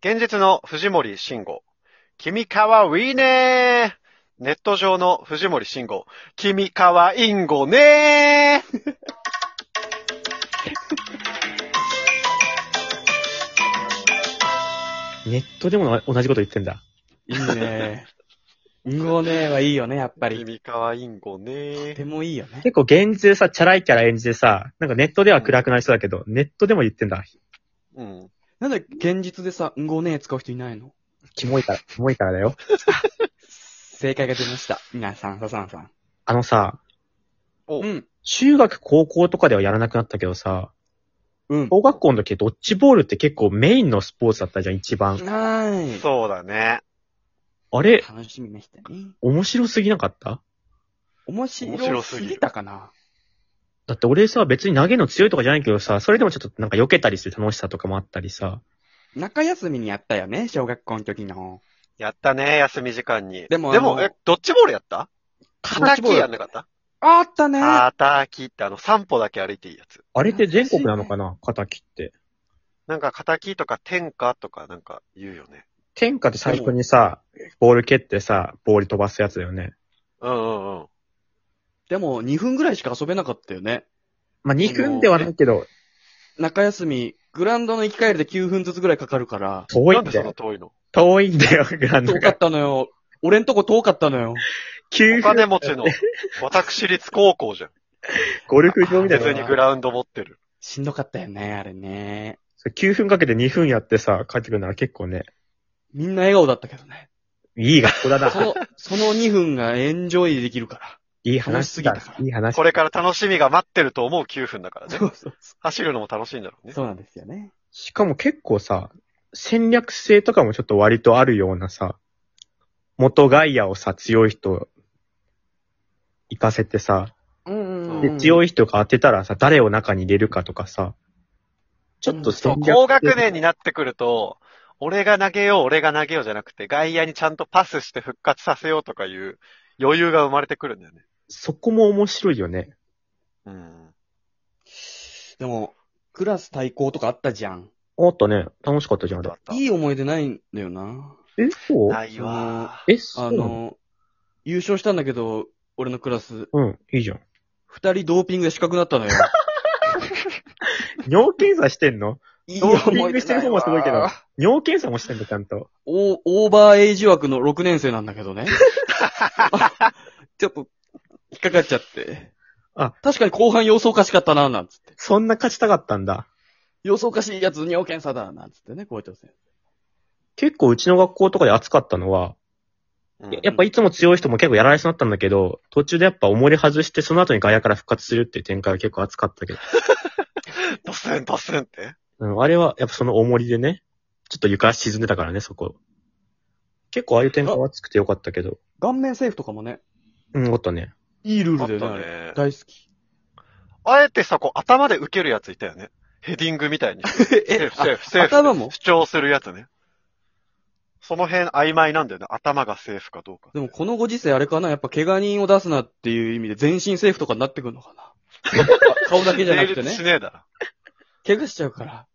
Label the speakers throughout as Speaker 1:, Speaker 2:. Speaker 1: 現実の藤森慎吾。君かわウィーねーネット上の藤森慎吾。君かわインゴねー
Speaker 2: ネットでも同じこと言ってんだ。
Speaker 3: いいね。うんごねはいいよね、やっぱり。
Speaker 1: 君かわインゴね
Speaker 3: と
Speaker 1: ー
Speaker 3: てもいいよね。
Speaker 2: 結構現実でさ、チャラいキャラ演じてさ、なんかネットでは暗くなりそうだけど、ネットでも言ってんだ。
Speaker 1: うん。
Speaker 3: なんで現実でさ、うんごね使う人いないの
Speaker 2: キモいから、キモいからだよ。
Speaker 3: 正解が出ました。皆さん、ささんさん。
Speaker 2: あのさ、
Speaker 1: お
Speaker 3: うん。
Speaker 2: 中学高校とかではやらなくなったけどさ、
Speaker 3: うん。
Speaker 2: 小学校の時ドッジボールって結構メインのスポーツだったじゃん、一番。
Speaker 3: なーい。
Speaker 1: そうだね。
Speaker 2: あれ、
Speaker 3: 楽しみでしたね。
Speaker 2: 面白すぎなかった
Speaker 3: 面白すぎたかな
Speaker 2: だって俺さ、別に投げの強いとかじゃないけどさ、それでもちょっとなんか避けたりする楽しさとかもあったりさ。
Speaker 3: 中休みにやったよね、小学校の時の。
Speaker 1: やったね、休み時間に。
Speaker 3: でも
Speaker 1: で
Speaker 3: あ
Speaker 1: も、
Speaker 3: の
Speaker 1: え、ドッジボールやった
Speaker 3: ドッ
Speaker 1: 叩
Speaker 3: ジボー
Speaker 1: き
Speaker 3: ル
Speaker 1: やんなかった
Speaker 3: あったね。
Speaker 1: 叩きってあの、散歩だけ歩いていいやつ。
Speaker 2: あれって全国なのかな敵って。
Speaker 1: なんか、叩きとか天下とかなんか言うよね。
Speaker 2: 天下って最初にさ、ボール蹴ってさ、ボール飛ばすやつだよね。
Speaker 1: うんうんうん。
Speaker 3: でも、2分ぐらいしか遊べなかったよね。
Speaker 2: まあ、2分ではないけど、
Speaker 3: 中休み、グラウンドの行き帰りで9分ずつぐらいかかるから。
Speaker 2: 遠い
Speaker 1: なん
Speaker 2: ん
Speaker 1: でそ
Speaker 2: だ
Speaker 1: んな
Speaker 2: よ。
Speaker 1: 遠いの
Speaker 2: 遠いんだよ、グラウンド
Speaker 3: 遠か
Speaker 2: が
Speaker 3: っ。たのよ。俺んとこ遠かったのよ。
Speaker 2: 9
Speaker 1: お金
Speaker 2: 分、
Speaker 1: 持 ちの、私立高校じゃん。
Speaker 2: ゴルフ場みたい
Speaker 1: 別
Speaker 2: な
Speaker 3: あ。
Speaker 1: にグラウンド持ってる。
Speaker 3: しんどかったよね、あれね。
Speaker 2: 9分かけて2分やってさ、帰ってくるなら結構ね、
Speaker 3: みんな笑顔だったけどね。
Speaker 2: いい学校だ
Speaker 3: そ
Speaker 2: な。
Speaker 3: の、その2分がエンジョイできるから。
Speaker 2: いい話だ
Speaker 3: 楽しすぎた。から
Speaker 2: いい 話。
Speaker 1: これから楽しみが待ってると思う9分だからね
Speaker 3: そ。うそうそ
Speaker 1: 走るのも楽しいんだろう
Speaker 3: う。
Speaker 1: ね。
Speaker 3: そうなんですよね。
Speaker 2: しかも結構さ、戦略性とかもちょっと割とあるようなさ、元ガイアをさ、強い人、行かせてさ、
Speaker 3: うん
Speaker 2: で、強い人が当てたらさ、誰を中に入れるかとかさ、ちょっと
Speaker 1: そ
Speaker 2: 戦
Speaker 1: う、
Speaker 2: 略性
Speaker 1: 高学年になってくると、俺が投げよう、俺が投げようじゃなくて、外野にちゃんとパスして復活させようとかいう余裕が生まれてくるんだよね。
Speaker 2: そこも面白いよね。
Speaker 1: うん。
Speaker 3: でも、クラス対抗とかあったじゃん。
Speaker 2: あったね。楽しかったじゃん、あれ
Speaker 1: だっ。た。
Speaker 3: いい思い出ないんだよな。
Speaker 2: え、そう
Speaker 1: ないわ。
Speaker 2: え、そ
Speaker 3: あ
Speaker 2: うなの
Speaker 3: の、優勝したんだけど、俺のクラス、
Speaker 2: うん、い いじゃん。
Speaker 3: 二人ドーピングで失格になったのよ。
Speaker 2: 尿検査してんの
Speaker 3: いい
Speaker 2: ドーピングしてる
Speaker 3: 思
Speaker 2: 方もすごいけ
Speaker 3: ない
Speaker 2: ど
Speaker 3: わ。、
Speaker 2: 尿検査もしてんの、ちゃんと。
Speaker 3: おオーバーエイジ枠の6年生なんだけどね。 ちょっと、引っかかっちゃって。
Speaker 2: あ
Speaker 3: 確かに後半様子おかしかったな、なんつって。
Speaker 2: そんな勝ちたかったんだ。
Speaker 3: 様子おかしいやつ尿検査だ、なんつってね、校長先
Speaker 2: 結構うちの学校とかで暑かったのは、
Speaker 1: うん
Speaker 2: ややっぱいつも強い人も結構やられそうになったんだけど、途中でやっぱ重り外して、その後に外野から復活するっていう展開は結構暑かったけど、
Speaker 1: ドスン、ドスンって。
Speaker 2: うん、あれはやっぱその重りでね、ちょっと床沈んでたからね、そこ。結構ああいう展開は暑くてよかったけど、
Speaker 3: 生。顔面セーフとかもね、
Speaker 2: うん、あったね。
Speaker 3: いい
Speaker 1: あ
Speaker 3: ルー
Speaker 1: った
Speaker 3: ルだよね。あれ
Speaker 1: ね。
Speaker 3: 大好き。
Speaker 1: あえてさ、こう、頭で受けるやついたよね。ヘディングみたい に。セーフ、セーフ、セーフ。
Speaker 3: 頭も
Speaker 1: 主張するやつね。その辺曖昧なんだよね。頭がセーフかどうか。
Speaker 3: でもこのご時世あれかなやっぱ怪我人を出すなっていう意味で全身セーフとかになってくるのかな顔だけじゃなくて
Speaker 1: 成立し
Speaker 3: ね。
Speaker 1: ねえだろ。
Speaker 3: 怪我しちゃうから。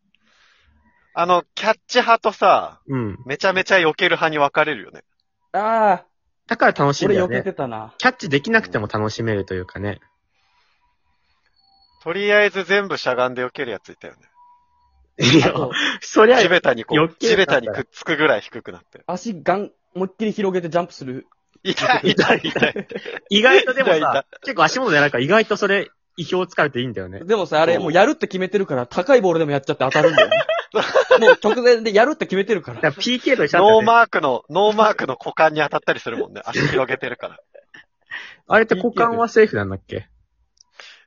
Speaker 1: あの、キャッチ派とさ、
Speaker 2: うん。
Speaker 1: めちゃめちゃ避ける派に分かれるよね。
Speaker 3: ああ、
Speaker 2: だから楽しいんだ
Speaker 3: 俺
Speaker 2: よ
Speaker 3: 避け
Speaker 2: ね。
Speaker 3: てたな。
Speaker 2: キャッチできなくても楽しめるというかね。
Speaker 1: とりあえず全部しゃがんで避けるやついたよね。
Speaker 2: い
Speaker 3: あ
Speaker 2: や、
Speaker 3: と、
Speaker 2: そりゃ
Speaker 1: 地、べたにこ
Speaker 2: 避
Speaker 1: う、
Speaker 2: け
Speaker 1: 地
Speaker 2: る
Speaker 1: べ
Speaker 2: んだ
Speaker 1: た
Speaker 2: ったら
Speaker 1: にくっつくぐらい低くなって。
Speaker 3: 足ガン、思いっきり広げてジャンプする。
Speaker 1: 痛い、痛い、痛い。
Speaker 2: 意外とでも
Speaker 1: いたい
Speaker 2: さ
Speaker 1: た、
Speaker 2: 結構足元やらかい意外とそれ、意表をつかれていいんだよ ね。
Speaker 3: でもさ、あれ、
Speaker 1: そう
Speaker 3: もうやるって決めてるから、高いボールでもやっちゃって当たるんだよ、ね。もう直前でやるって決めてるから。
Speaker 2: だから PK と一緒 だ
Speaker 1: ノ
Speaker 2: っ
Speaker 1: ー
Speaker 2: たね。
Speaker 1: マークの、ノーマークの股間に当たったりするもんね。足広げてるから。
Speaker 2: あれって股間はセーフなんだっけ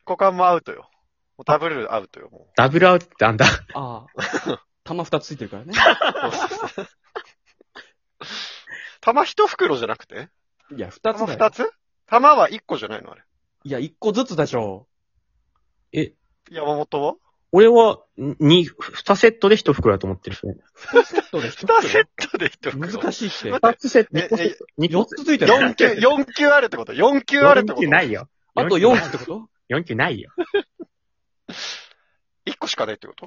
Speaker 1: 股間もアウトよ。もうダブルアウトよ、も
Speaker 2: ダブルアウトってあんだ。
Speaker 3: ああ。玉二つついてるからね。
Speaker 1: う。玉一袋じゃなくて
Speaker 3: いや、二つ
Speaker 1: 玉
Speaker 3: だよ
Speaker 1: 二。つ玉は一個じゃないのあれ。
Speaker 3: いや、一個ずつでしょ。
Speaker 2: え、
Speaker 1: 山本は
Speaker 2: 俺は、に、二セットで一袋だと思ってるね。
Speaker 3: 二セットで一
Speaker 1: 二セッ
Speaker 3: つ。
Speaker 1: トで一袋。
Speaker 3: 難しいって。
Speaker 2: 二つセット、
Speaker 1: え
Speaker 2: 二個セット、二
Speaker 3: 四
Speaker 2: 個
Speaker 3: つついてるの
Speaker 1: 4級、4級あるってこと ?4 級あるってこと。
Speaker 2: 四球ないいよ。
Speaker 3: あと
Speaker 2: 四
Speaker 3: 四
Speaker 2: 球
Speaker 3: ってこと
Speaker 2: 四球ないよ。
Speaker 1: 1個しかないってこと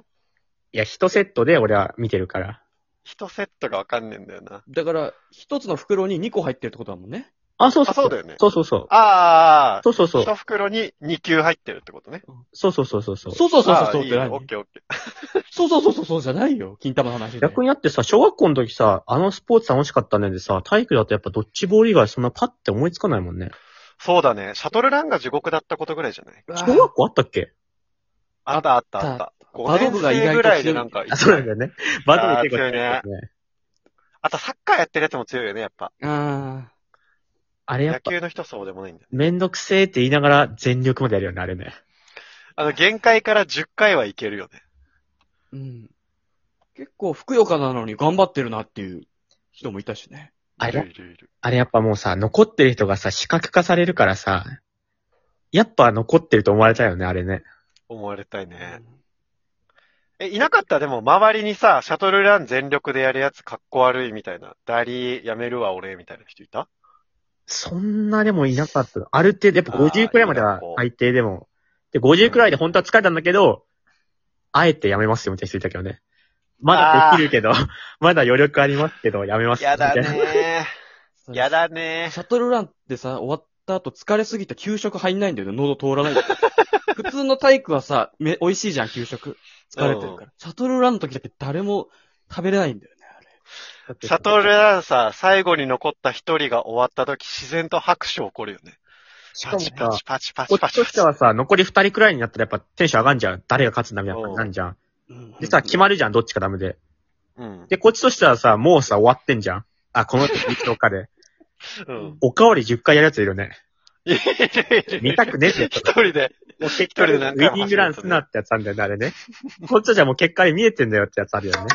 Speaker 2: いや、一セットで俺は見てるから。
Speaker 1: 一セットがわかんねえんだよな。
Speaker 3: だから、一つの袋に2個入ってるってことだもんね。
Speaker 2: あ、そうそう。
Speaker 1: あそうだよね
Speaker 2: そうそうそう。
Speaker 1: ああ、
Speaker 2: そうそうそう。
Speaker 1: 一袋に2球入ってるってことね。
Speaker 2: そうそうそうそうそう。
Speaker 3: そうそうそうそ
Speaker 1: あー
Speaker 3: うそうっ
Speaker 1: いい
Speaker 3: て
Speaker 1: よ
Speaker 3: 何
Speaker 1: オッケーオッケー。
Speaker 3: そうそうそうそうそうじゃないよ。金玉の話で。
Speaker 2: 逆にだってさ、小学校の時さ、あのスポーツ楽しかったねでさ、体育だとやっぱドッジボール以外そんなパッて思いつかないもんね。
Speaker 1: そうだね。シャトルランが地獄だったことぐらいじゃない
Speaker 2: 小学校あったっけ
Speaker 1: あったあったあっ
Speaker 3: あ
Speaker 1: た。
Speaker 3: バド
Speaker 1: 5年
Speaker 3: 部が意外と
Speaker 1: 生ぐらいでなんか、
Speaker 2: あ、そうなんだよね。バドミントン
Speaker 1: あー強いね
Speaker 2: 結構強いね。
Speaker 1: あとサッカーやってるやつも強いよね、やっぱ。
Speaker 3: あ
Speaker 2: あれやっ
Speaker 1: 野
Speaker 2: ぱ、
Speaker 1: 球の人そうでもないんだよ。
Speaker 2: めんどくせえって言いながら全力までやるよね、あれね。
Speaker 1: あの、限界から10回はいけるよね。
Speaker 3: ーうん。結構、ふくよかなのに頑張ってるなっていう人もいたしね。
Speaker 2: あ
Speaker 1: いる
Speaker 2: れ
Speaker 1: いるいる。
Speaker 2: あれやっぱもうさ、残ってる人がさ、視覚化されるからさ、やっぱ残ってると思われたよね、あれね。
Speaker 1: 思われたいね。え、いなかったでも、周りにさ、シャトルラン全力でやるやつかっこ悪いみたいな。ダリーやめるわ、俺、みたいな人いた
Speaker 2: そんなでもいなかった。ある程度、やっぱ50くらいまでは
Speaker 1: あーいいなこう
Speaker 2: 最低でも。で、50くらいで本当は疲れたんだけど、あえてやめますよみたいな人いたけどね。まだできるけど、 まだ余力ありますけど、やめますよみたいな。
Speaker 1: ねー
Speaker 3: うん。
Speaker 1: だね
Speaker 3: シャトルランってさ、終わった後疲れすぎて給食入んないんだよね。喉通らないんだよ。普通の体育はさ、め、美味しいじゃん、給食。疲れてるから。シャトルランの時だけ誰も食べれないんだよね、あれ。
Speaker 1: シャトルランさ、最後に残った一人が終わった時、自然と拍手起こるよね。
Speaker 2: しか
Speaker 1: パ
Speaker 2: も
Speaker 1: チパ
Speaker 2: さ
Speaker 1: チ、パチパ
Speaker 2: こ
Speaker 1: チパ
Speaker 2: っち
Speaker 1: チ
Speaker 2: と
Speaker 1: パ
Speaker 2: して
Speaker 1: チ。
Speaker 2: はさ、残り2人くらいになったらやっぱテンション上がんじゃん。誰が勝つんだみたいな感じになんじゃん。
Speaker 3: うん
Speaker 2: でさ、決まるじゃん、どっちかダメで。
Speaker 1: うん。
Speaker 2: で、こっちとしてはさ、もうさ、終わってんじゃん。あ、この人いつとかで。
Speaker 1: うん。
Speaker 2: おかわり10回やるやついるよね。
Speaker 1: いるいる
Speaker 2: 見たくねえってや つ
Speaker 1: 一人で。
Speaker 2: もう結
Speaker 1: 一人
Speaker 2: 局、ウ
Speaker 1: で何回
Speaker 2: ィ
Speaker 1: も
Speaker 2: ニングランすなってやつあんだよね、あれね。こっちじゃもう結果で見えてんだよってやつあるよね。